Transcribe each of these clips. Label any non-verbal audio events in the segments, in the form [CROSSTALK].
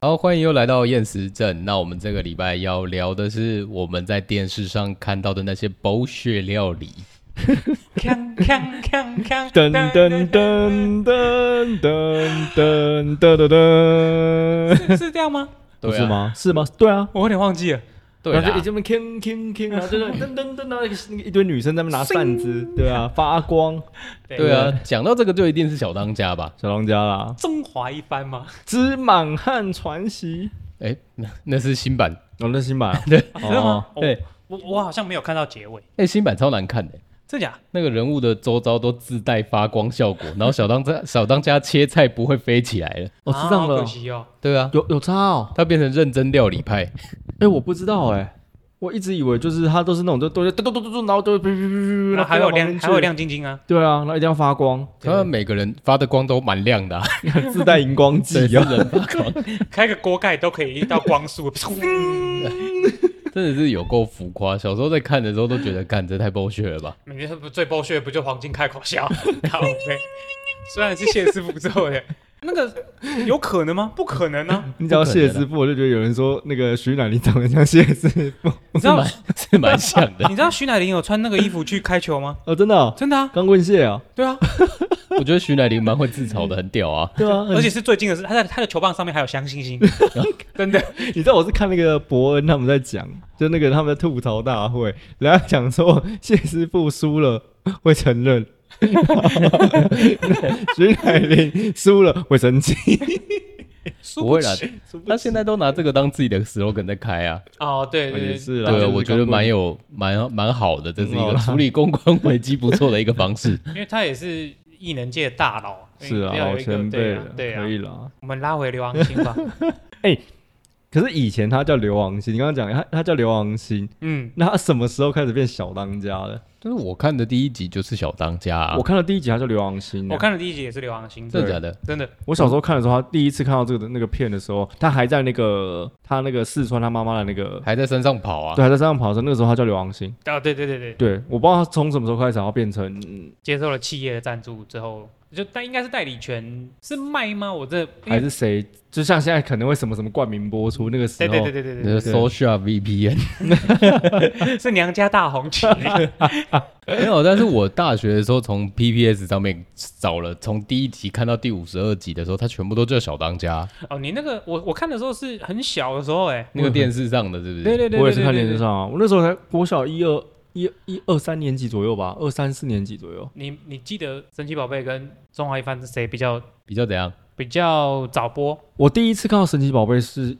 好，欢迎又来到厌食症。那我们这个礼拜要聊的是我们在电视上看到的那些狗血料理。锵锵锵锵 [LAUGHS] 噔噔噔噔噔噔噔噔噔，是这样吗？对不啊是吗？是吗？对啊，我有点忘记了。啊对啊然后就啦一，直边 king [LAUGHS] king king，然后就是噔噔噔，然后一堆女生在那边拿扇子，对啊，发光，对啊，讲到这个就一定是小当家吧？小当家啦，中华一番吗？之满汉传奇，哎，那 [LAUGHS] 那是新版，哦，那新 [LAUGHS] 版对真的吗？哦哦对，我我好像没有看到结尾，哎，新版超难看的。真假？那个人物的周遭都自带发光效果，然后小当家小当家切菜不会飞起来了。哦，啊是这样好可的，惜哦。对啊，有有差哦，他变成认真料理派。哎，我不知道哎。我一直以为就是他都是那种都都都都都，然后都那啊还有亮，还有，亮晶晶啊，对啊，然后一定要发 [LAUGHS] 光，他们每个人发的光都蛮亮的、啊，自带荧光剂对，是啊，人发光，开个锅盖都可以一道光束。 [LAUGHS] [LAUGHS] 真的是有够浮夸。小时候在看的时候都觉得，干这太剥削了吧？每天不最剥削不就黄金开口 [LAUGHS] 笑？好呗，虽然是谢师傅做的，那个有可能吗？不可能 [LAUGHS] 啊！你讲到谢师傅，我就觉得有人说那个徐乃麟长得像谢师傅 [LAUGHS] 你知是道蛮 [LAUGHS] 是蛮像的。你知道徐乃麟有穿那个衣服去开球吗？哦，真的哦真的啊，钢棍蟹啊， [LAUGHS] 对啊，我觉得徐乃麟蛮会自嘲的，很屌 [LAUGHS] 啊。对啊，而且是最近的是，他在他的球棒上面还有香 [LAUGHS] 星星，真的。你知道我是看那个伯恩他们在讲，就那个他们的吐槽大会，人家讲说 [LAUGHS] 谢师傅输了会承认， [LAUGHS] 徐乃麟输了会 [LAUGHS] 生气，输不会不啦起他现在都拿这个当自己的 slogan 在开啊，哦，对对也对，是啦，对就啊，是我觉得钢棍蛮有蛮蛮好的，这是一很好个啦处理公关危机不错的一个方式。因为他也是艺能界的大佬，是啊，哎要老有一个前辈对了啊，，对啊可。以了。我们拉回刘昂星 [LAUGHS] 吧，可是以前他叫刘昂星，你刚刚讲他他叫刘昂星，嗯，那他什么时候开始变小当家的？ [LAUGHS] 但是我看的第一集就是小当家啊我，看到第一集他叫刘昂星啊，我看了第一集也是刘昂星，真的假的？真的，我小时候看的时候，他第一次看到这个那个片的时候，他还在那个他那个四川他妈妈的那个，还在山上跑啊对，？还在山上跑的时候，那个时候他叫刘昂星。啊，对对对对，对，我不知道他从什么时候开始，然后变成嗯接受了企业的赞助之后，就但应该是代理权是卖吗？我这还是谁，就像现在可能会什么什么冠名播出那个时对候，对对对对你哦的对 Social [LAUGHS] VPN 对，是娘家大红旗， [LAUGHS] 没有，但是我大学的时候从 PPS 上面找了，从第一集看到第五十二集的时候，它全部都叫小当家，哦，你那个我我看的时候是很小的时候，哎，那个电视上的，是不是？对对对，我也是看电视上。上啊，我那时候才国小一二一一二三年级左右吧，二三四年级左右。你你记得神奇宝贝跟中华一番是谁比较比较怎样？比较早播？我第一次看到神奇宝贝是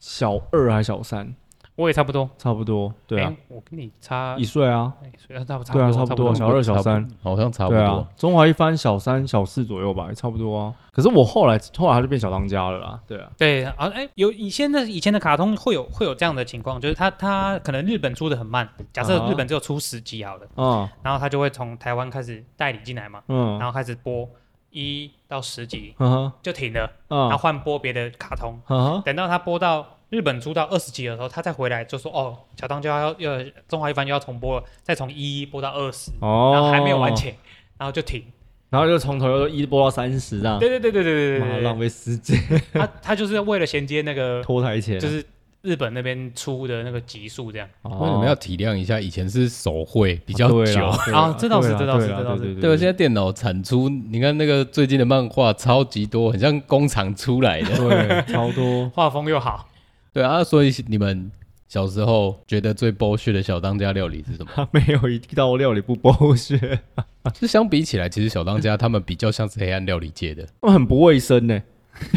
小二还是小三，我也差不多。差不多，对啊诶，我跟你差一岁啊，哎所以差不差不多，对啊，差不不多，小二小三。好像差不对多。啊，中华一番小三、小四左右吧，也差不多啊。可是我后来后来他就变小当家了啦。对啊，对啊，哎，有以前的以前的卡通会有会有这样的情况，就是他他可能日本出的很慢，假设啊日本只有出十集好了，嗯然后他就会从台湾开始代理进来嘛，嗯，然后开始播一到十集嗯就停了，然后嗯换播别的卡通，嗯，等到他播到日本出到二十集的时候，他再回来就说哦，小当家要要中华一番又要重播了，再从一播到二十，然后哦，还没有完，结，然后就停。然后就从头又一播到三十这样，对对对对对对啊妈对浪对，费时间，他他就是为了衔接那个拖台前，就是日本那边出的那个集数这样。哦为什么要体谅一下？以前是手绘比比较久，啊这倒是这倒是这倒是。[LAUGHS] 对对吧？啊对，现在电脑产出，你看那个最近的漫画超级多，很像工厂出来的。 [LAUGHS] 对超多画风又好，对啊，所以你们小时候觉得最剥削的小当家料理是 [LAUGHS] 什么？他没有一道料理不剥削，就相比起来，其实小当家他们比较像是黑暗料理界的。他们很不卫生呢。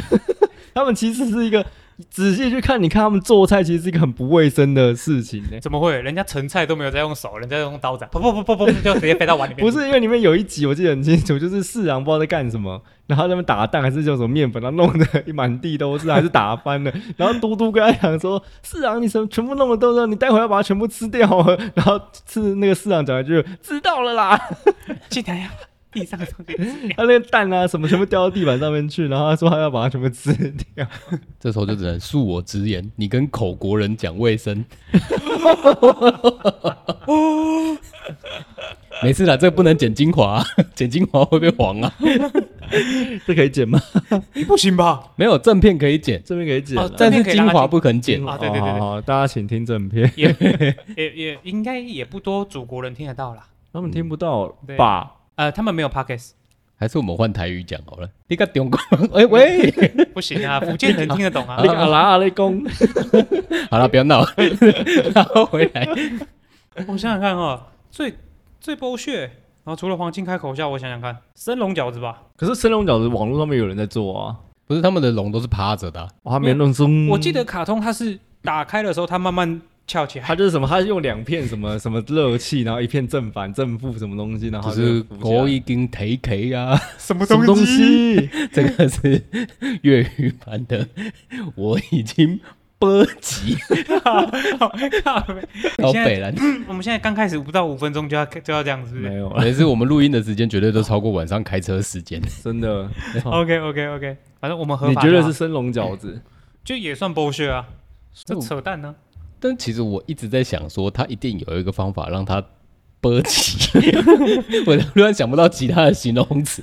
[LAUGHS] 他们其实是一个仔细去看，你看他们做菜，其实是一个很不卫生的事情呢。怎么会？人家盛菜都没有在用手，人家用刀子啊，噗噗噗噗 [LAUGHS] 噗噗就直接飞到碗里面。不，是因为里面有一集我记得很清楚，就是四郎不知道在干什么，然后他在那边打蛋还是叫什么面粉，然后弄得满地都是，还是打翻了。然后嘟嘟跟他讲说：“四郎，你什么全部弄的都是，你待会要把它全部吃掉哦。”然后是那个四郎讲一句：“知道了啦。竟然要地上的东西。”他那个蛋啊什么全部掉到地板上面去，然后他说他要把它全部吃掉。这时候就只能恕我直言，你跟口国人讲卫生。 [LAUGHS] [LAUGHS] 没事啦，这个不能剪精华啊、剪精华会被黄啊。这可以剪吗？不行吧？没有正片可以剪，这边可以剪哦啊，正但是片可以让精它华剪不肯剪精。华啊对对对对好好好大家请听正片，也也也应该也不多祖国人听得到啦。他们听不到对吧？呃，他们没有 podcast，还是我们换台语讲好了。你个 [LAUGHS] 中国，喂喂，不行啊，福建人听得懂啊那。个阿拉阿雷公，好了，不要闹，然后回来。我想想看哦，最最剥削，然后除了黄金开口笑，我想想看，生龙饺子吧。可是生龙饺子网络上面有人在做啊，不是他们的龙都是趴着的啊、哇，他没弄松。我记得卡通它是打开的时候，它慢慢翘起来， [LAUGHS] 他就是什么，他用两片什么什么热气，然后一片正反正负什么东西，然后就它是哦浮起来狗已经 take care 啊， [LAUGHS] [LAUGHS] 什么什么东？西？这个是粤语版的，我已经波及靠北到北兰。 [LAUGHS] 我们现在刚开始不到五分钟就要就要这样子没有啊，可是我们录音的时间绝对都超过晚上开车时间。真的。 ，OK OK OK，反正我们合你法觉的得啊是生龙饺子？就也算剥削啊？这我扯淡呢、但其实我一直在想说，他一定有一个方法让他波及， [LAUGHS] 我突然想不到其他的形容词。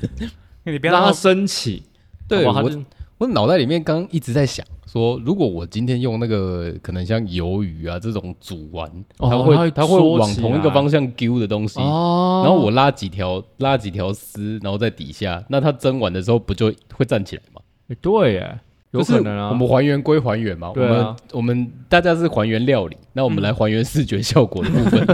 你不要让它让升起，对好吧它我就我脑袋里面刚一直在想说，如果我今天用那个可能像鱿鱼啊这种煮完，哦它会它会它会缩往起同一个来方向丢的东西，哦然后我拉几条拉几条丝，然后在底下，那它蒸完的时候不就会站起来吗？欸对耶，有就是可能啊。我们还原归还原嘛，对啊嗯我们我们大家是还原料理，那我们来还原视觉效果的部 [LAUGHS] 分。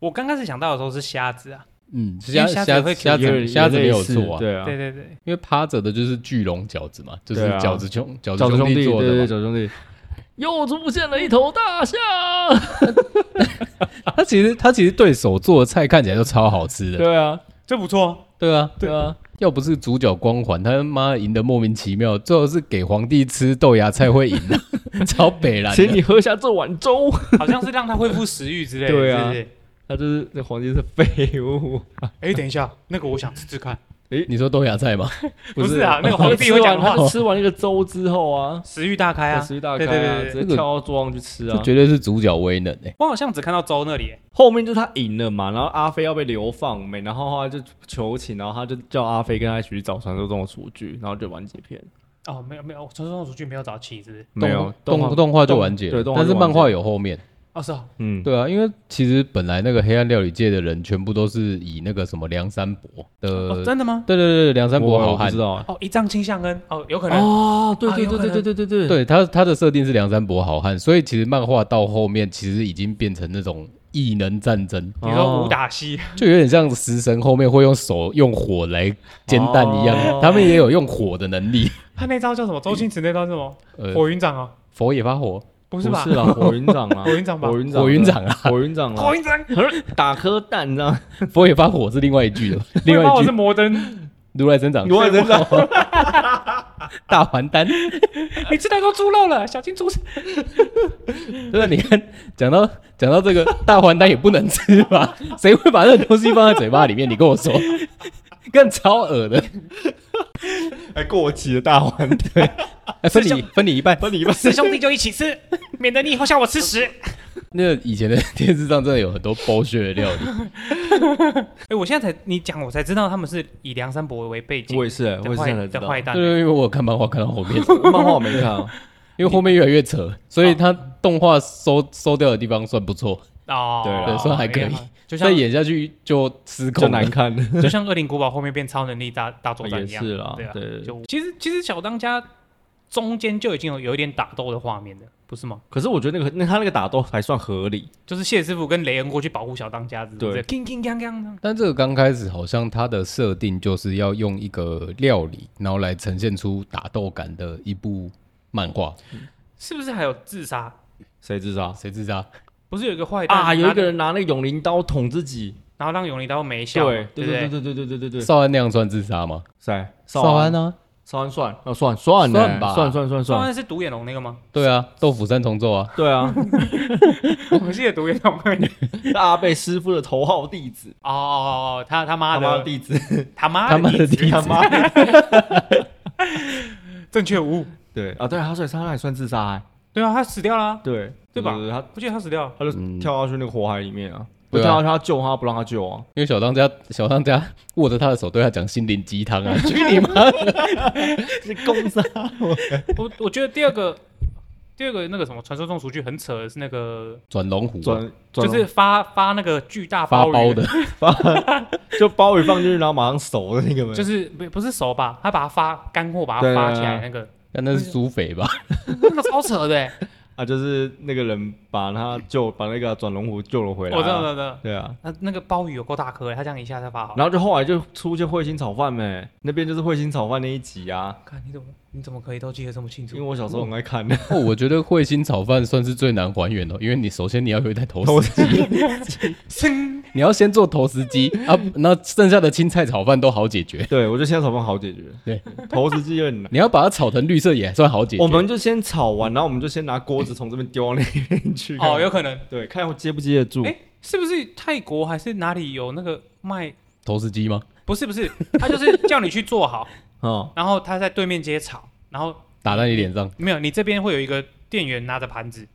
我刚开始想到的时候是虾子啊，嗯，因虾为虾虾子会虾有子虾子没有错啊，对啊，对对对，因为趴着的就是巨龙饺子嘛，就是对啊饺子兄饺饺子子兄兄弟弟做对的对，嘛。饺子兄弟又出现了一头大象。他其实他其实对手做的菜看起来都超好吃的，对啊，这不 [LAUGHS] 错啊、对啊，对啊，要不是主角光环，他妈赢得莫名其妙，最后是给皇帝吃豆芽菜会赢 [LAUGHS] 的，超北蓝请的。你喝下这碗粥。好像是让它恢复食欲之类的。对是不啊是他就是这黄金是废物，哎、等一下，那个我想试试看。你说豆芽菜吗？不是啊那个皇 [LAUGHS] 帝吃会完讲话他吃完那个粥之后啊，食欲大开啊！食欲大对开对啊，对对直接跳到桌上去吃这啊。绝对是主角威能欸诶、我好像只看到粥那里、欸后面就是他赢了嘛，然后阿飞要被流放没，然后后来就求情，然后他就叫阿飞跟他一起去找传说中的厨具，然后就完结篇。哦，没有没有，传说中的主剧没有早起，是不是？没有动画动动画就完结了，对动画但就是完结漫画有后面。哦，是哦，嗯，对啊，因为其实本来那个黑暗料理界的人全部都是以那个什么梁山伯呃的，哦，真的吗？对对对，梁山伯我好我不汉知。道啊。哦，一丈青相恩，哦，有可能。哦，对啊对有对可对对能对对对，对他他的设定是梁山伯好汉，所以其实漫画到后面其实已经变成那种异能战争，你哦说武打戏，就有点像食神后面会用手用火来煎蛋一样，哦他们也有用火的能力。他那招叫什么？周星驰那招是什么？呃，火云掌哦，佛也发火，不不是吧？是啦，火云掌啊，火云掌吧 [LAUGHS] 火云掌，火云掌，啊，火云掌啊火，云 [LAUGHS] 掌，打颗蛋这 [LAUGHS] 样，佛也发火是另外一 [LAUGHS] 句了，另另外外我一是句摩登，如来神掌，如来神掌， [LAUGHS] 大还丹。你吃太多猪肉了，小心 [LAUGHS] 猪。对，你看，讲到讲到这个大还丹也不能吃吧？ [LAUGHS] 谁会把这个东西放在嘴巴里面？你跟我说， [LAUGHS] 更超恶 [LAUGHS] 的，还哎过期的大碗， [LAUGHS] 对，哎分你分你一半。分你一半。四兄弟就一起吃，免得你以后像我吃屎。那个以前的电视上真的有很多剥削的 [LAUGHS] 料理，哎，我现在才你讲，我才知道他们是以梁山伯为背景我也是，我的也是这样才坏知道的。坏蛋对，因。为我有看漫画看到后面，漫画我没看 [LAUGHS] 啊，因为后面越来越扯，所以他动画收收掉的地方算不错，哦，对啦对算还可以也好，就再像演下去就失就控了难。看。就像《恶灵古堡》后面变超能力大大作战也一样，是啦，对啊对。就其实其实小当家中间就已经有有一点打斗的画面了，不是吗？ [LAUGHS] 可是我觉得那个那他那个打斗还算合理，就是谢师傅跟雷恩过去保护小当家之类的，对叮叮当当，但这个刚开始好像它的设定就是要用一个料理，然后来呈现出打斗感的一部漫画。是不是还有自杀？谁知道谁知道？不是有一个坏蛋啊？有一拿个着，人拿那个永灵刀捅自己，然后让永离刀没笑，对对对不对对对对对对对，少安那样算自杀吗？谁？呢？呢？少安啊算，哦算算呢算吧算算双算算，啊安是独眼龙那个吗？ [LAUGHS] 对啊，豆腐三重奏啊，对 [LAUGHS] 啊，我记得独眼龙 [LAUGHS] 是阿贝师傅的头号弟子，哦哦哦，他他妈他妈的的弟子，他妈他妈的弟弟 [LAUGHS] 他子，妈的，正确无误，对啊，对啊，他所以他还算自杀欸，对啊，他死掉了啊，对对吧他 [LAUGHS] 我记得他死掉了，他就跳下去那个火海里面啊，嗯不对啊跳下去他救他不让他救啊，因为小当家小当家握着他的手对他讲心灵鸡汤啊，去你妈！是攻杀我。我我觉得第二个第二个那个什么传说中厨具很扯的是那个，转龙虎啊、 [LAUGHS] 转转就是发发那个巨大发鱼包的，就鲍鱼放进去，然后马上熟的那个嘛， [LAUGHS] 就是不不是手吧，他把它发干货，把对它啊发起来那个，但那是苏肥吧？那个超扯的欸、啊，就是那个人把他救，把那个转龙虎救了回来啊。我知道，我知道，对啊，那那个鲍鱼有够大颗欸，他这样一下才发好。然后就后来就出现彗星炒饭没，那边就是彗星炒饭那一集啊，看你怎么你怎么可以都记得这么清因为楚？我小时候很爱看，哦，我觉得彗星炒饭算是最难还原的，哦因为你首先你要有一台投石机， [LAUGHS] 噌你要先做投石机啊，那剩下的青菜炒饭都好解决。 [LAUGHS] 对我觉得现在炒饭好解决，对， [LAUGHS] 投石机有点难。你要把它炒成绿色也算好解决。我们就先炒完，然后我们就先拿锅子从这边丢到那边去。哦，有可能。对，看我接不接得住。哎、是不是泰国还是哪里有那个卖？投石机吗？不是不是， [LAUGHS] 他就是叫你去做好，哦，然后他在对面街炒，然后打在你脸上，没有，你这边会有一个店员拿着盘子，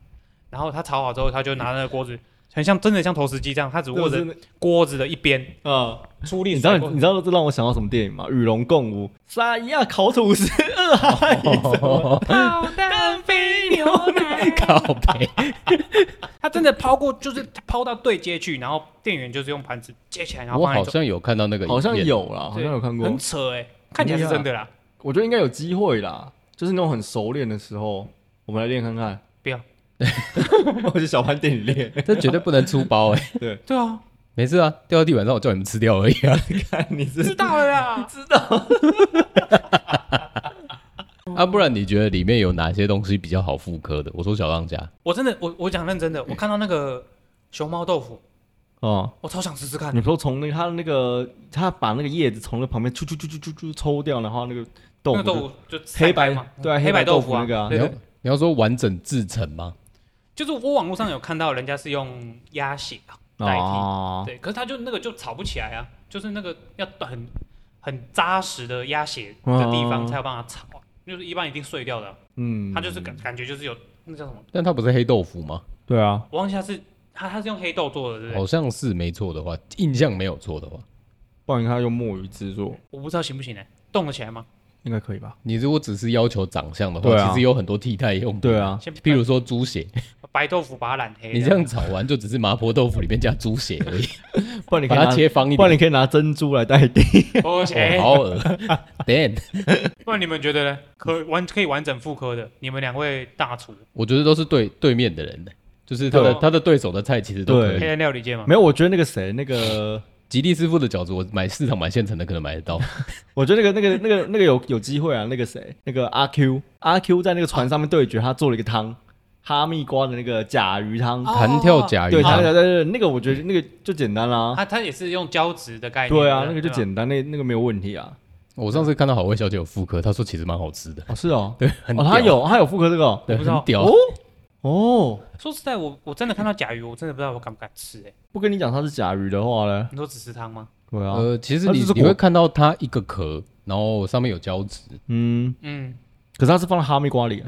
然后他炒好之后，他就拿那个锅子，很像真的像投石机这样，他只握着是锅子的一边啊，出力你知甩道锅子。你知道这让我想到什么电影吗？与龙共舞，沙伊亚烤吐司， [LAUGHS] 二阿姨什炮么弹飞牛奶，靠背。 [LAUGHS] 他真的抛过，就是抛到对接去，然后店员就是用盘子接起来，然后我放在好走，像有看到那个，好像，有啦，好对像有看过很，扯哎、看起来是真的啦。我觉得应该有机会啦，就是那种很熟练的时候，我们来练看看。不要， [LAUGHS] 我去小饭店里练。这绝对不能出包哎、对，对啊，没事啊，掉到地板上我叫你们吃掉而已啊。 [LAUGHS] 看 [LAUGHS] [LAUGHS] 你知是道了啦。啊，不然你觉得里面有哪些东西比较好复刻的？我说小当家，我真的，我我讲认真的，我看到那个熊猫豆腐，哦，我超想试试看。你说从那个他那个他把那个叶子从那旁边抽抽抽抽抽抽抽掉，然后那个豆那腐个就豆腐就黑白嘛，对啊嗯黑黑白豆豆腐啊，那个啊你对要对，你要说完整制成吗？就是我网络上有看到人家是用鸭血啊代替，哦，对，可是它就那个就炒不起来啊，就是那个要很很扎实的鸭血的地方嗯才有办法炒啊，就是一般一定碎掉的啊，嗯，它就是感感觉就是有那叫什么，但它不是黑豆腐吗？对啊，我忘记它是它它是用黑豆做的，对不对哦好？像是没错的话，印象没有错的话，不然他用墨鱼制作我不知道行不行呢，动得起来吗？应该可以吧？你如果只是要求长相的话，对啊其实有很多替代嗯用品。对，啊，先譬如说猪血，白豆腐把它染黑，你这样炒完就只是麻婆豆腐里面加猪血而已，不然你可把它以拿，切方一不然点。你可以拿珍珠来代替。嗯不哦，行，好恶 [LAUGHS] ，damn！那哎你们觉得呢？可完可以完整复刻的，你们两位大厨，我觉得都是对对面的人的，就是他的对他的对手的菜其实都可黑以。人料理界吗？没有，我觉得那个谁，那个，吉利师傅的饺子，我买市场买现成的可能买得到。我觉得那个那个那个那个有有机会啊，那个谁，那个阿 Q，阿 Q 在那个船上面对决，他做了一个汤，哈密瓜的那个甲鱼汤，哦弹跳甲鱼对，他汤那，个对对对那个我觉得那个就简单啦，他他啊也是用胶质的概念，对啊，那不个就对吧简单，那那个没有问题啊。我上次看到好味小姐有复刻，她说其实蛮好吃的，哦，是哦，对， [LAUGHS] 很哦，屌，他有他有复刻这个哦对，我不知道很屌哦。哦，啊说实在，我我真的看到甲鱼，我真的不知道我敢不敢吃哎、不跟你讲它是甲鱼的话呢，你说只吃汤吗？对啊，呃，其实它你就是你果会看到它一个壳，然后上面有胶质。嗯，嗯，可是它是放在哈密瓜里啊，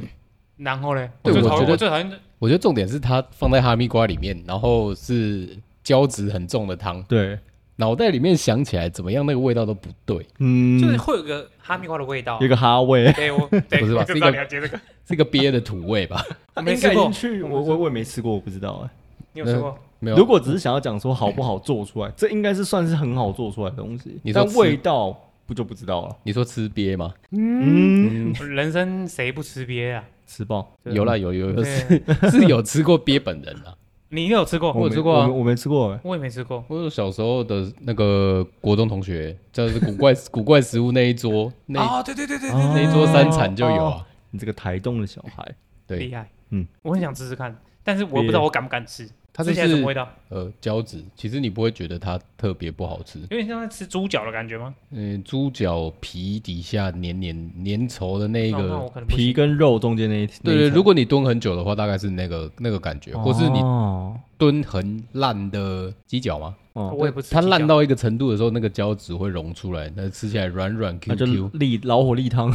然后嘞，对最我讨觉厌得我最讨厌的我觉得重点是它放在哈密瓜里面，然后是胶质很重的汤，对，脑袋里面想起来怎么样那个味道都不对，嗯，就是会有个哈密瓜的味道有一。个哈味。[LAUGHS] 对，我对，不是吧我就知是一个道你要 [LAUGHS] 接这个，是一个憋的土味吧？我没应该吃已过经，去，我我我也没吃过，我不知道哎。你有吃过？没有，如果只是想要讲说好不好做出来，这应该是算是很好做出来的东西。你说但吃味道不就不知道了？你说吃鳖吗？嗯，人生谁不吃鳖啊？吃爆，对有啦，有有有对啊是是有吃过鳖本人啊。你有吃过？我没吃过啊我没我没吃过哎。我也没吃过。我有小时候的那个国中同学，就是古怪古怪食物那一桌，那、哦，对对对对哦那一桌三产就有啊。你这个台东的小孩，对，厉对，害。嗯，我很想吃吃看，但是我不知道我敢不敢吃。它就吃起来什么味是道？呃胶质，其实你不会觉得它特别不好吃。有点像在吃猪脚的感觉吗？嗯、猪脚皮底下黏黏粘稠的那一那那我个，可能不皮行跟肉中间那一对对，如果你蹲很久的话，大概是那个那个感觉，或是你哦，蹲很烂的鸡脚吗？哦我也不吃。它烂，到一个程度的时候，那个胶质会溶出来，那吃起来软软 Q 那就 Q，力老火力汤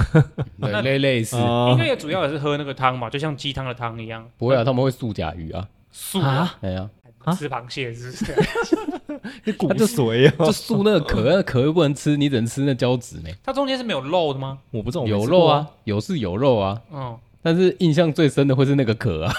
对，类类似。[LAUGHS] 啊应该也主要也是喝那个汤嘛，就像鸡汤的汤一样。不会啊，他们会素甲鱼啊，素啊，哎呀，啊吃螃蟹是不是？ [LAUGHS] 你骨它就髓 [LAUGHS] 哦就，素那个壳，那个壳又不能吃，你只能吃那胶质呢。它中间是没有肉的吗？我不知道我没有吃肉过，啊，有是有肉啊，嗯，但是印象最深的会是那个壳啊。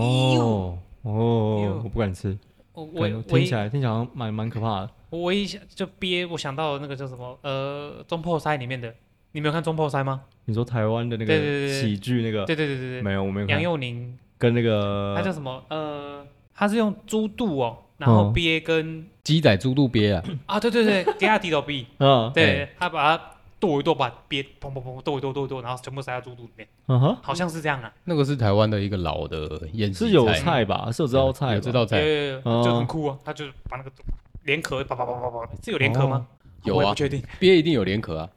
哦哦呦，我不敢吃，我我感觉我听起来听起来好像蛮蛮可怕的，我唯一想就憋，我想到那个叫什么，呃，《中破塞》里面的，你没有看《中破塞》吗？你说台湾的那对对个对对喜剧那个对对对对对，呃没有，我没有杨看，佑宁，跟那个他叫什么？呃，他是用猪肚哦，然后嗯鳖跟鸡仔猪肚鳖啊， [CLEARS THROAT] 啊，对对 [LAUGHS] 对，给他提到 B，嗯对他把它剁一剁，把鳖砰砰砰剁一剁剁一剁，然后全部塞到猪肚里面，嗯哼，好像是这样啊，那个是台湾的一个老的宴席是有菜，菜吧？是有这道菜吧，有这道有菜，有有，哦就很酷啊，他就把那个连壳叭叭叭叭叭，是有连壳吗？有我也啊不，确定，鳖一定有连壳啊，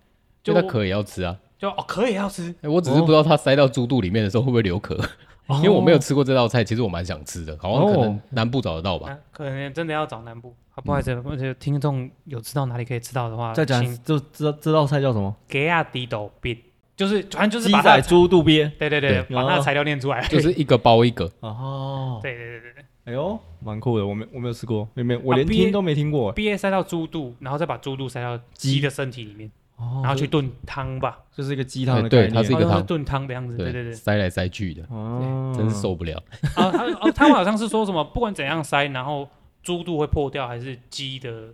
就就它壳也要吃啊。就哦壳也要吃，哎，我只是不知道它塞到猪肚里面的时候会不会留壳，因为我没有吃过这道菜，其实我蛮想吃的，好像可能哦南部找得到吧。啊，可能真的要找南部。啊，不好意思，而且听众有知道哪里可以吃到的话，再讲啊请就这这道菜叫什么？给亚迪斗饼，就是反正就是鸡把它仔猪肚鳖对对对，对把它哦的材料念出来。就是一个包一个，哦，对对对对对，哎呦，蛮酷的，我没我没有吃过，没没，我连鳖听都没听过鳖塞到猪肚，然后再把猪肚塞到鸡的身体里面，哦，然后去炖汤吧，就是一个鸡汤的哎对概念它是一个好像汤炖汤的样子。对对对，塞来塞去的，哦，真是受不了。！啊，他哦，他们好像是说什么，不管怎样塞，然后猪肚会破掉，还是鸡的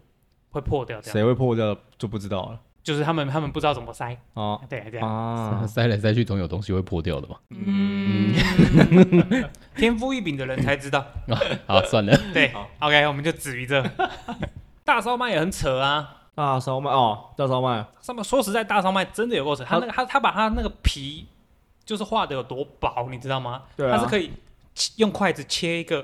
会破掉，这样谁会破掉就不知道了就是他们他们不知道怎么塞。啊对对，[LAUGHS] 啊塞来塞去总有东西会破掉的嘛。嗯， [LAUGHS] 天赋异禀的人才知道。啊好，算了，对，OK，我们就止于这。 [LAUGHS] 大烧麦也很扯啊，大烧麦哦，大烧麦，上面说实在，大烧麦真的有够扯。他那个他他把他那个皮就是画的有多薄，你知道吗？对他是啊，可以切用筷子切一个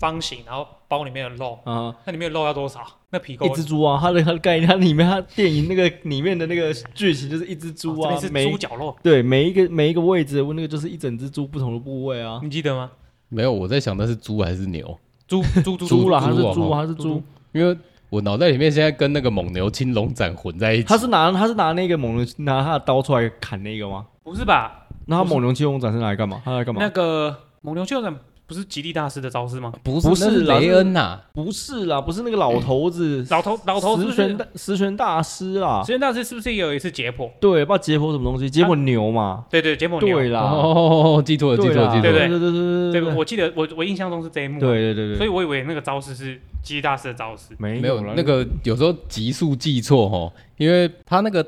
方形，然后包里面的肉，啊，那里面的肉要多少？那皮够一只猪啊，它的它的概念，它里面它电影那个里面的那个剧情就是一只猪啊哦，这边每是猪脚肉，对每一个每一个位置，那个就是一整只猪不同的部位啊，你记得吗？没有，我在想那是猪还是牛， [LAUGHS] 猪猪猪猪啦，啦它是猪啊猪啊，哦它是猪，因为我脑袋里面现在跟那个蒙牛、青龙斩混在一起。它是拿它是拿那个猛龙拿它的刀出来砍那个吗？不是吧？那它猛龙七龙斩是拿来干嘛？它拿来干嘛啊那？个蒙牛秀人不是吉利大师的招式吗？不是不是啊那啦雷恩呐、不是啦，不是那个老头子，老头老头是不十是？全大十全大师啦石，原大师是不是也有一次解剖？对，不知道解剖什么东西，解剖牛嘛，对对，解剖牛。对啦，哦，记错了，记错了，记错对了。对啊对对对对，我记得我我印象中是这一幕啊。对对对所以我以为那个招式是吉利大师的招式。没没有啦那个有时候级数记错哦，因为他那个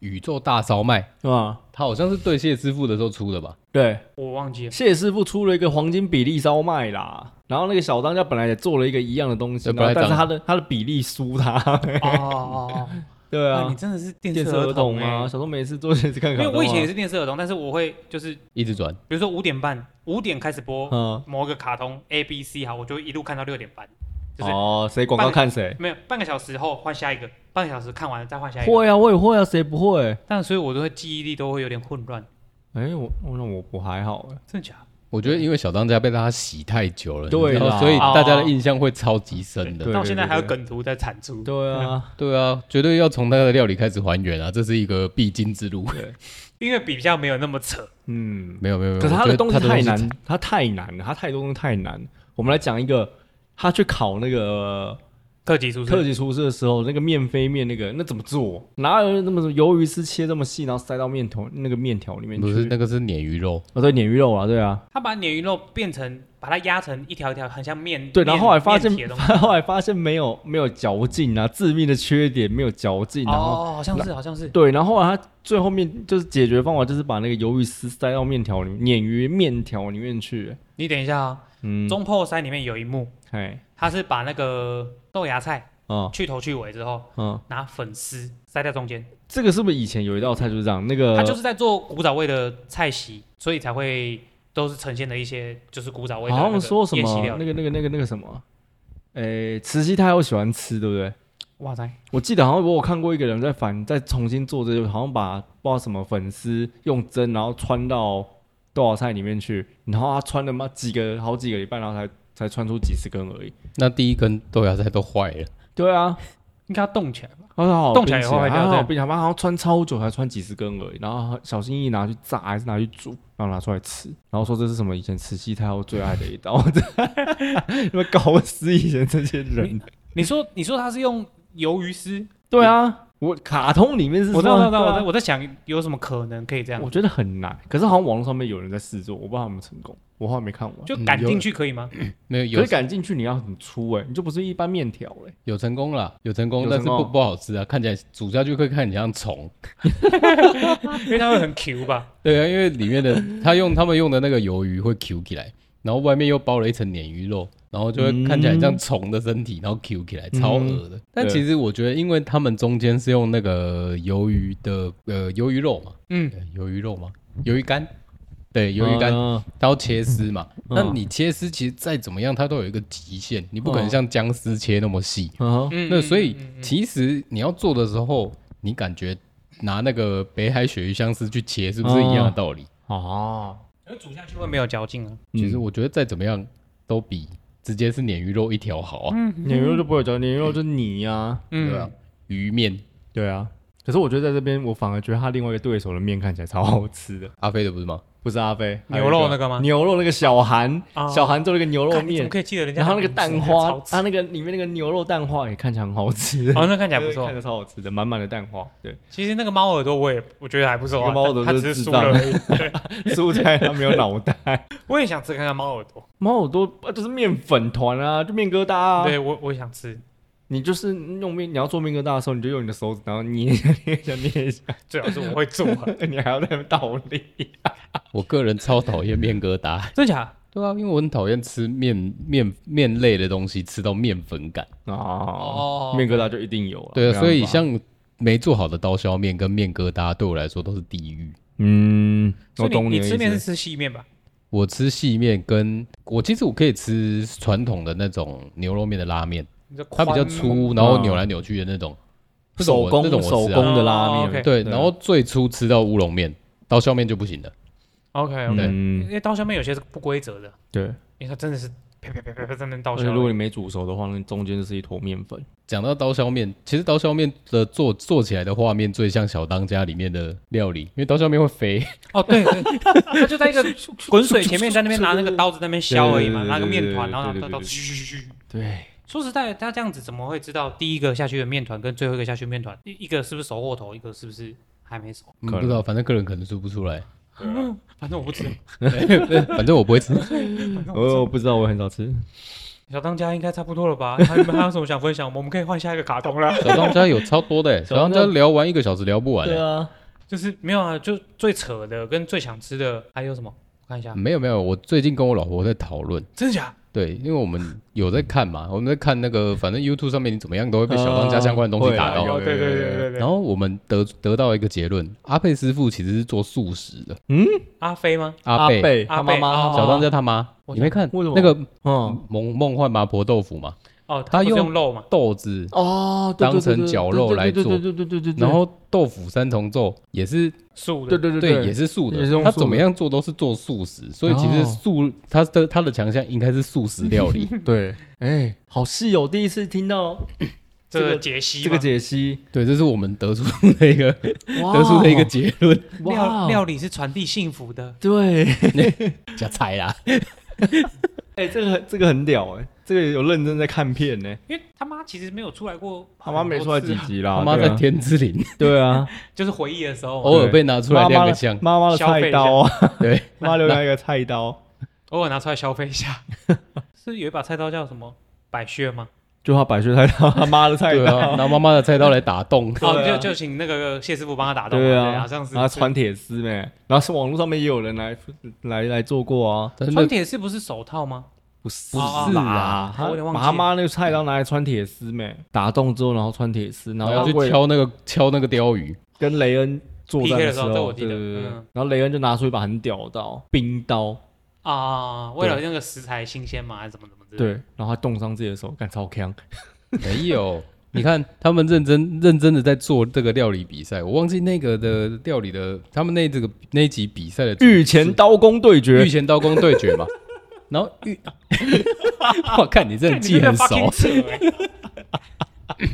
宇宙大烧麦，啊，他好像是对谢师傅的时候出的吧？对，我忘记了。 [LAUGHS] 谢师傅出了一个黄金比例烧麦啦，然后那个小当家本来也做了一个一样的东西，对然本来后但是长他的他的比例输他，哦哦哦，啊对哇你啊，真的是电电视视儿童欸啊，小时候每次做电视看啊因看，为我以前也是电视儿童，但是我会就是比一直转，如说五点半，五点开始播嗯，某个卡通 A B C 哈，我就一路看到六点半，就是哦，谁广告看谁？没有半个小时后换下一个，半个小时看完了再换下一个。会啊，我也会啊，谁不会？但所以我都会记忆力都会有点混乱，哎，我我那我我还好哎，真的假的？我觉得因为小当家被他洗太久了，对啦你知道所以大家的印象会超级深的。对但我现在还有对梗图在产出。对啊，对啊，绝对要从他的料理开始还原啊，这是一个必经之路。因为比较没有那么扯。嗯， [LAUGHS] 没有没有没有，可是他呃我觉的得东西他的太西难，他太难了，他太多东西太难。我们来讲一个，他去考那个特级厨特师，级厨师的时候，那个面飞面那个，那怎么做？哪有那么鱿鱼丝切这么细，然后塞到面头那个面条里面不是去？那个是鲶鱼肉，哦，对，鲶鱼肉啊，对啊， [LAUGHS] 他把鲶鱼肉变成，把它压成一条一条，很像面。对。然后后来发现面体的，东西后来发现没有没有嚼劲啊，致命的缺点没有嚼劲， [LAUGHS] 然后、哦，好像是，好像是。对，然后后来他最后面就是解决方法就是把那个鱿鱼丝塞到面条里面，鲶鱼面条里面去。你等一下啊，嗯，中破三里面有一幕，哎，他是把那个豆芽菜嗯去头去尾之后，嗯，拿粉丝塞在中间，这个是不是以前有一道菜就是这样？那个他就是在做古早味的菜席，所以才会都是呈现的一些就是古早味的那好个像说什宴么啊席料理那个那个那个那个什么，诶，慈禧太后喜欢吃，对不对？哇塞，我记得好像我有看过一个人在反再重新做这个，好像把不知道什么粉丝用针，然后穿到多少菜里面去，然后他穿了嘛几个好几个礼拜，然后才才穿出几十根而已。那第一根豆芽菜都坏了，对啊，应该要冻起来吧？他说好好冻起来冰以后还还掉好在好冰起来，妈好像穿超久，才穿几十根而已，然后小心翼翼拿去炸还是拿去煮，然后拿出来吃，然后说这是什么以前慈禧太后最爱的一道，你们搞死以前这些人。你说，你说他是用鱿鱼丝？对啊，我卡通里面是我知道，我知道，我对在啊我在想有什么可能可以这样我，觉得很难，可是好像网络上面有人在试做，我不知道他们成功，我好像没看完。就嗯赶有进去可以吗？没有可有是赶进去你要很粗哎、你就不是一般面条欸嘞、有成功了，有成功，有但成是功不不好吃啊，看起来煮下去会看起来像虫。因为它会很 Q 吧？对啊，因为里面 [LAUGHS] 的他用他们用的那个鱿鱼会 Q 起来，然后外面又包了一层鲶鱼肉，然后就会看起来像虫的身体，然后 Q 起来，超恶嗯的。但其实我觉得，因为他们中间是用那个鱿鱼的呃鱿鱼肉嘛，嗯，呃鱿鱼肉嘛，鱿鱼干，对，鱿鱼干，嗯然后切丝嘛。嗯那你切丝其实再怎么样，它都有一个极限，你不可能嗯像姜丝切那么细。嗯哼 [LAUGHS] 嗯那嗯所以嗯嗯嗯其实你要做的时候，你感觉拿那个北海鳕鱼相思去切，是不是一样的道理？哦，可是煮下去会没有嚼劲啊。其实嗯我觉得再怎么样都比直接是鲶鱼肉一条好啊，鲶鱼肉就不会嚼，鲶鱼肉就泥啊，对吧嗯，？鱼面，对啊。可是我觉得在这边，我反而觉得他另外一个对手的面看起来超好吃的，阿飞的不是吗？不是阿飞牛肉那个个吗？牛肉那个小韩，啊小韩做了一个牛肉看你怎么面，可以记得人家然后的那名个字？蛋超花，吃它那个里面那个牛肉蛋花也看起来很好吃， [LAUGHS] 哦，那看起来不错 [LAUGHS] 看。着超好吃的，满满的蛋花，对，其实那个猫耳朵我也我觉得还不错那啊，个猫耳朵它它就只是是智输障了而已。蔬菜它没有脑袋， [LAUGHS] 我也想吃看看猫耳朵，猫耳朵啊就是面粉团啊，就面疙瘩啊，对我我也想吃，你就是用面，你要做面疙瘩的时候，你就用你的手指，然后捏一下，捏一下，捏一下，最好是我会做啊， [LAUGHS] 你还要在那边倒立。我个人超讨厌面疙瘩，真假？对啊，因为我很讨厌吃面面面类的东西，吃到面粉感，哦哦，面疙瘩就一定有了。对没啊，办所以法像没做好的刀削面跟面疙瘩对我来说都是地狱。嗯，所我以懂你你的吃面意是吃思。细面吧？我吃细面跟我其实我可以吃传统的那种牛肉面的拉面，你说它比较宽粗，然后扭来扭去的那种，这种手我工这种手我吃啊工的拉哦面， ，OK 对，对然后最初吃到乌龙面，刀削面就不行了。 ，OK OK，因嗯，为刀削面有些是不规则的，对。因为它真的是啪啪啪啪啪在那刀而削且，如果你没煮熟的话，那中间就是一坨面粉。讲到刀削面，其实刀削面的做做起来的画面最像小当家里面的料理，因为刀削面会飞，哦对，对 [LAUGHS] 它就在一个滚水前面在那边拿那个刀子在那边削而已嘛，对对对对拿个面团，对对对然后拿刀对对刀对嘘嘘嘘嘘。对，说实在，的，他这样子怎么会知道第一个下去的面团跟最后一个下去的面团，一一个是不是熟过头，一个是不是还没熟？嗯可能 [LAUGHS] 不知道，反正个人可能做不出来，反正我不 [LAUGHS] 吃， [LAUGHS] 反正我不会吃。反正我不吃我不知道，我很少吃。小当家应该差不多了吧？还有没有还有什么想分享？我们可以换下一个卡通了。 [LAUGHS] 小当家有超多的、 [LAUGHS] 欸，小当家聊完一个小时聊不完、欸。啊，就是没有啊，就最扯的跟最想吃的还有什么？我看一下，啊没有没有，我最近跟我老婆在讨论，真的假？对，因为我们有在看嘛，我们在看那个，反正 YouTube 上面你怎么样都会被小当家相关的东西会啊打到。有哦，对对对对对。然后我们得得到一个结论，阿佩师傅其实是做素食的，阿飞吗？阿贝贝，阿他贝妈妈，哦小当家他妈，我你没看为什么那个嗯，梦梦幻麻婆豆腐嘛，哦，他他不是用用肉嘛？豆子，哦，对对对当成对绞对肉对来对做对对对对对。然后豆腐三重奏也是素对的。对对对，也是素也是的，用他素怎么的样做都是做素食，所以其实哦素他的他的强项应该是素食料 [LAUGHS] 理。对，哎，好室哦，第一次听到这这个个解析这个嘛解析，对，这是我们得出的一个哇得出的一个结 [LAUGHS] 论，料料料理是传递幸福的。对，加菜啊啦。哎，这个这个很屌哎，这个有认真在看片呢。因为他妈其实没有出来过，他妈没出来几，集啦，他妈对在啊天之灵，对啊，就是回忆的时候嘛，偶尔被拿出来妈妈亮的个相，妈妈的消费菜一刀啊，对，妈留下一个菜刀，偶尔拿出来消费一下。 [LAUGHS] 是有一把菜刀叫什么？百穴吗？。[LAUGHS] 就他百岁菜刀，他妈的菜对刀，啊，拿妈妈的菜刀来打洞 [LAUGHS] 哦，对啊就就请那个谢师傅帮他打洞嘛。对对啊好， [LAUGHS] 像是然后穿铁丝呗，然后是网络上面也有人来来来做过啊，真穿的铁丝不是手套吗？不是哦啊，哦他我有点忘记把他妈那个菜刀拿来穿铁丝呗，打洞之后然后穿铁丝，然然后后去为了敲那个敲那个鲷鱼，跟雷恩作战 PK 的时时候这我记对得对对，对嗯然后雷恩就拿出一把很屌的刀，冰刀，啊，为了那个食材新鲜嘛，还是怎么怎么之类的。对，然后他冻伤自己的手，干超强， [LAUGHS] 没有。你看，他们认真认真的在做这个料理比赛。我忘记那个的料理的，他们那这个那一集比赛的主御前刀工对御决，前刀工对决嘛。然后御， [LAUGHS] 我看你这干哎记很熟， [LAUGHS] 你真的 fucking 扯欸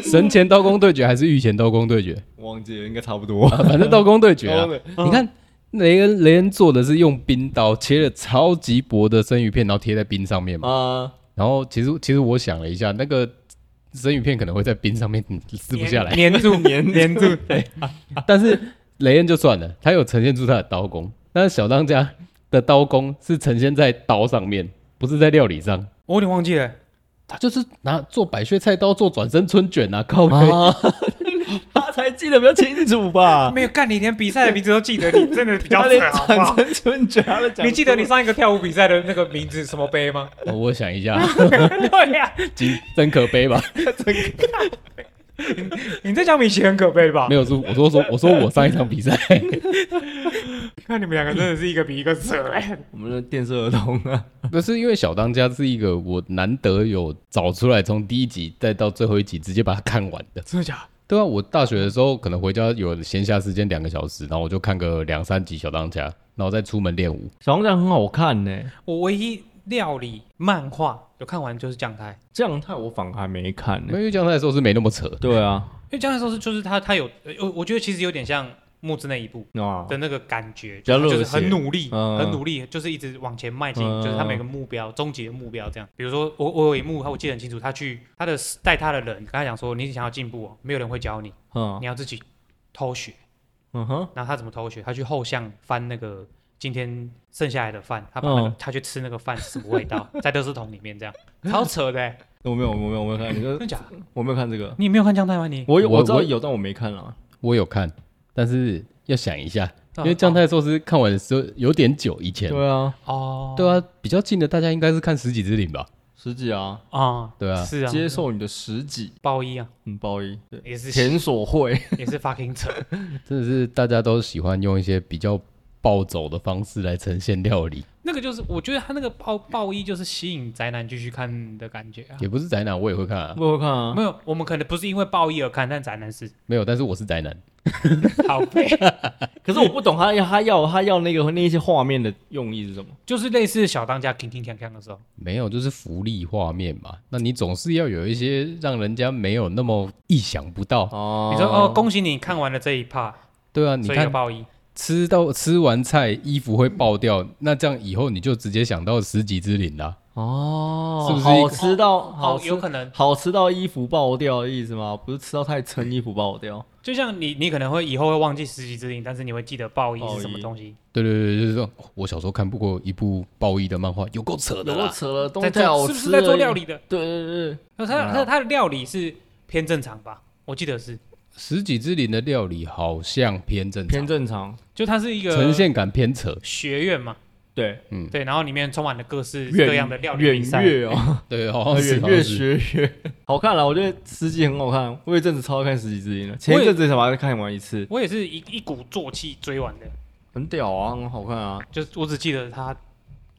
[LAUGHS] 神前刀工对决还是御前刀工对决？忘记了，应该差 [LAUGHS] 不多。啊反正刀工对决啊刀工。你看雷恩，雷恩做的是用冰刀切了超级薄的生鱼片，然后贴在冰上面嘛。 [LAUGHS] 啊，然后其实其实我想了一下，那个生鱼片可能会在冰上面嗯撕不下来，粘 [LAUGHS] 住，粘粘住， [LAUGHS] 对，但是雷恩就算了，他有呈现出他的刀工，但是小当家的刀工是呈现在刀上面，不是在料理上。我有点忘记了，他就是拿做百穴菜刀做转身春卷啊，靠背、 [LAUGHS] 他才记得比较清楚吧？没有干，你连比赛的名字都记得，你真的比较他连扯，好不转好？身春卷他都讲出来你记得你上一个跳舞比赛的那个名字什么杯吗？哦我想一下， [LAUGHS] 对呀、金真可悲吧？你这讲米奇很可悲吧没？有说，我说说，我说我上一场比赛，看你们两个真的是一个比一个扯哎、 [LAUGHS] 我们的电视儿童啊，不是因为小当家是一个我难得有找出来，从第一集再到最后一集直接把它看完的。真的假的？对啊，我大学的时候可能回家有闲暇时间两个小时，然后我就看个两三集小当家，然后再出门练舞。小黄酱很好看呢、我唯一料理漫画有看完就是酱太，酱太我反而还没看呢、因为姜太的时候是没那么扯，对啊，因为酱太说是就是他他有呃我我觉得其实有点像木之那一部啊，的那个感觉，较热血就是很努力，嗯很努力，就是一直往前迈进，嗯就是他每个目标，终极的目标这样。比如说我我有一幕，我记得很清楚，他去他的带他的人跟他讲说，你想要进步哦，没有人会教你，嗯你要自己偷学。嗯哼，然后他怎么偷学？他去后巷翻那个今天剩下来的饭，他把那个、嗯他去吃那个饭是什么味 [LAUGHS] 道，在垃圾桶里面这样，超扯的、欸，我没有，我没有，我没有看，你真说的假的？我没有看这个，你没有看姜太吗？你我有我我知道我有，但我没看啊。我有看，但是要想一下，因为姜姜太寿司看完的时候有点久，以前哦对啊，哦，对啊，比较近的大家应该是看十几之灵吧？十几啊，啊，对啊，是啊，接受你的十几，包衣啊，嗯，包一，对，也是田所 [LAUGHS] 会，也是 fucking 扯， [LAUGHS] 嗯真的是大家都喜欢用一些比较暴走的方式来呈现料理，那个就是我觉得他那个暴暴衣就是吸引宅男继续看的感觉啊。也不是宅男，我也会看啊，我有看啊没，有，我们可能不是因为暴衣而看，但宅男 [LAUGHS] 是没有，但是我是宅男，好悲，可是我不懂他要他要他要那个那一些画面的用意是什么？就是类似小当家铿铿锵锵的时候，没有，就是福利画面嘛，那你总是要有一些让人家没有那么意想不到，哦你说哦，恭喜你看完了这一 part，对啊，你所以有看暴衣，喜吃到吃完菜衣服会爆掉，那这样以后你就直接想到十级之灵啦。哦，是不是一好个吃到好哦，吃有可能。好吃到衣服爆掉的意思吗？不是吃到太撑衣服 [LAUGHS] 爆掉，就像你，你可能会以后会忘记十级之灵，但是你会记得报衣是什么东西。对对对，就是说，哦我小时候看不过一部暴衣的漫画，有够扯的有够啦。扯了，东在西太好做吃是不是在了，做料？理的？对对对，啊那他没他有他的料理是偏正常吧？我记得是，十几之灵的料理好像偏正偏常，正常，就它是一个呈现感偏扯。学院嘛，对，对，然后里面充满了各式远各样的料理远比赛。月哦，对，好像是远好像月是学月， [LAUGHS] 好看了，我觉得十集很好看，我有一阵子超爱看十集之一的，前一阵子才把它看完一次，我也是一一鼓作气追完的，很屌啊，很好看啊，就是我只记得他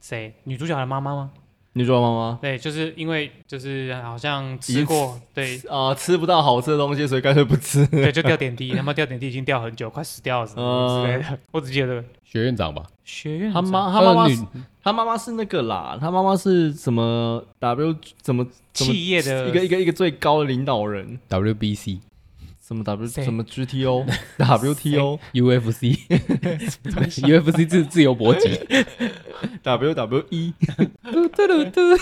谁女主角的妈妈吗？你知道吗？对，就是因为就是好像已吃经过，对啊、吃不到好吃的东西，所以干脆不吃。对，就掉点滴， [LAUGHS] 他妈掉点滴已经掉很久，快死掉了什么之类的。我只记得这个学院长吧？学院嗯他长妈，他妈妈呃是女，他妈妈是那个啦，他妈妈是什么 W 怎么怎么企业的一个一个一个最高的领导人， WBC、什么 W 谁什么 [LAUGHS] GTO [LAUGHS] WTO UFC、UFC 啊自自由搏击， WWE，噔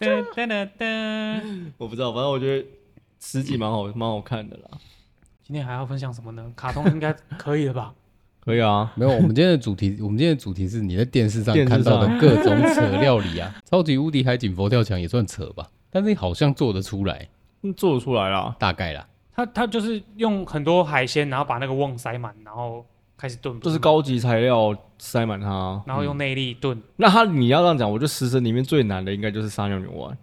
噔噔噔，我不知道，反正我觉得十几蛮好蛮好看的啦。今天还要分享什么呢？卡通应该可以了吧？可以啊，没有，我们今天的主题，我们今天的主题是你在电视上电视看到上的各种扯料理啊，超级无敌海景佛跳墙也算扯吧，但是好像做得出来，嗯做得出来啦。大概啦。 [LAUGHS] 他他就是用很多海鲜，然后把那个瓮塞满，然后开始炖，就是，高级材料塞满它，然后用内力 [LAUGHS] 炖。那它你要这样讲，我觉得食神里面最难的应该就是撒尿牛丸，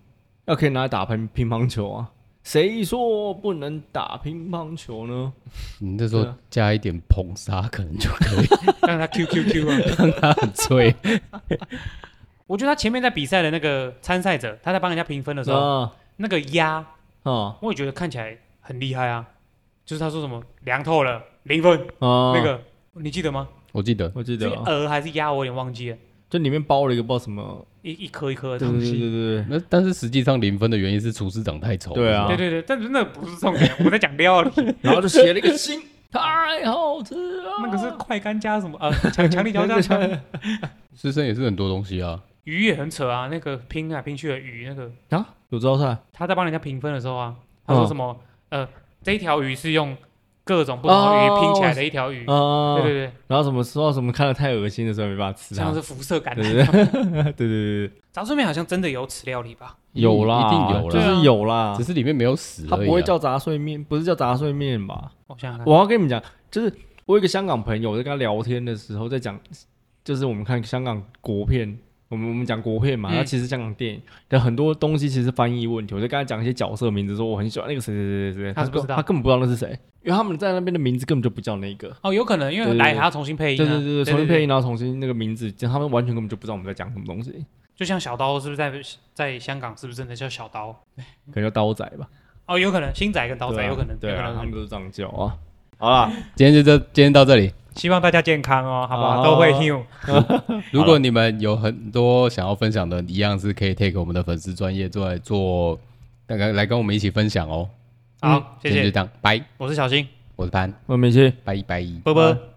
要可以拿来打乒乒乓球啊。谁说不能打乒乓球呢？你这时候对啊加一点硼砂，可能就可以让他 Q Q Q 啊！让它很脆。我觉得他前面在比赛的那个参赛者，他在帮人家评分的时候，啊那个压，啊我也觉得看起来很厉害啊。就是他说什么凉透了零分啊！那个，你记得吗？我记得我记是得啊鹅还是鸭，我有点忘记了。就里面包了一个不知道什么一一颗一颗的对东对对西。对那但是实际上零分的原因是厨师长太丑。对啊对对对，但是那不是重点，我在讲料理， [LAUGHS] 对，然后就写了一个心，太好吃了。那个是快干加什么啊？呃强强力胶加强，师生也是很多东西啊。鱼也很扯啊，那个拼来拼去的鱼，那个啊，有招菜他在帮人家评分的时候啊，他说嗯什么、呃，这一条鱼是用各种不同的鱼拼起来的一条鱼，啊对，对对，然后什么说到什么看的太恶心的时候没办法吃它像，是辐射感对的。[LAUGHS] 对对 [LAUGHS] 对对对，对炸脆面好像真的有此料理吧？有啦，一定有啦就是有啦只，是里面没有死而已啊、它不会叫杂碎面，不是叫杂碎面吧？我想想看，我要跟你们讲，就是我有一个香港朋友，我在跟他聊天的时候，在讲，就是我们看香港国片，我们我们讲国片嘛，嗯那其实香港电影的很多东西其实翻译问题。我在跟他讲一些角色名字，说我很喜欢那个谁谁谁谁谁，他是不根知道他根本不知道那是谁，因为他们在那边的名字根本就不叫那个。哦，有可能因为对对来对还要重新配对音、啊，对对，重新配音，然后重新那个名字，他们完全根本就不知道我们在讲什么东西，就像小刀是不是在在香港是不是真的叫小刀？可能叫刀仔吧，哦，有可能星仔跟刀仔、对啊有可能，对有可啊，他们能。都是这样叫 [LAUGHS] 啊。好啦，今天就这，今天到这里。希望大家健康哦，好不好？哦都会 [LAUGHS] new，如果你们有很多想要分享的，一样是可以 take 我们的粉丝专业做来做，大概来跟我们一起分享哦。好，谢今天就谢，这样，拜，我是小新，我是潘，我们去。拜拜。波波。拜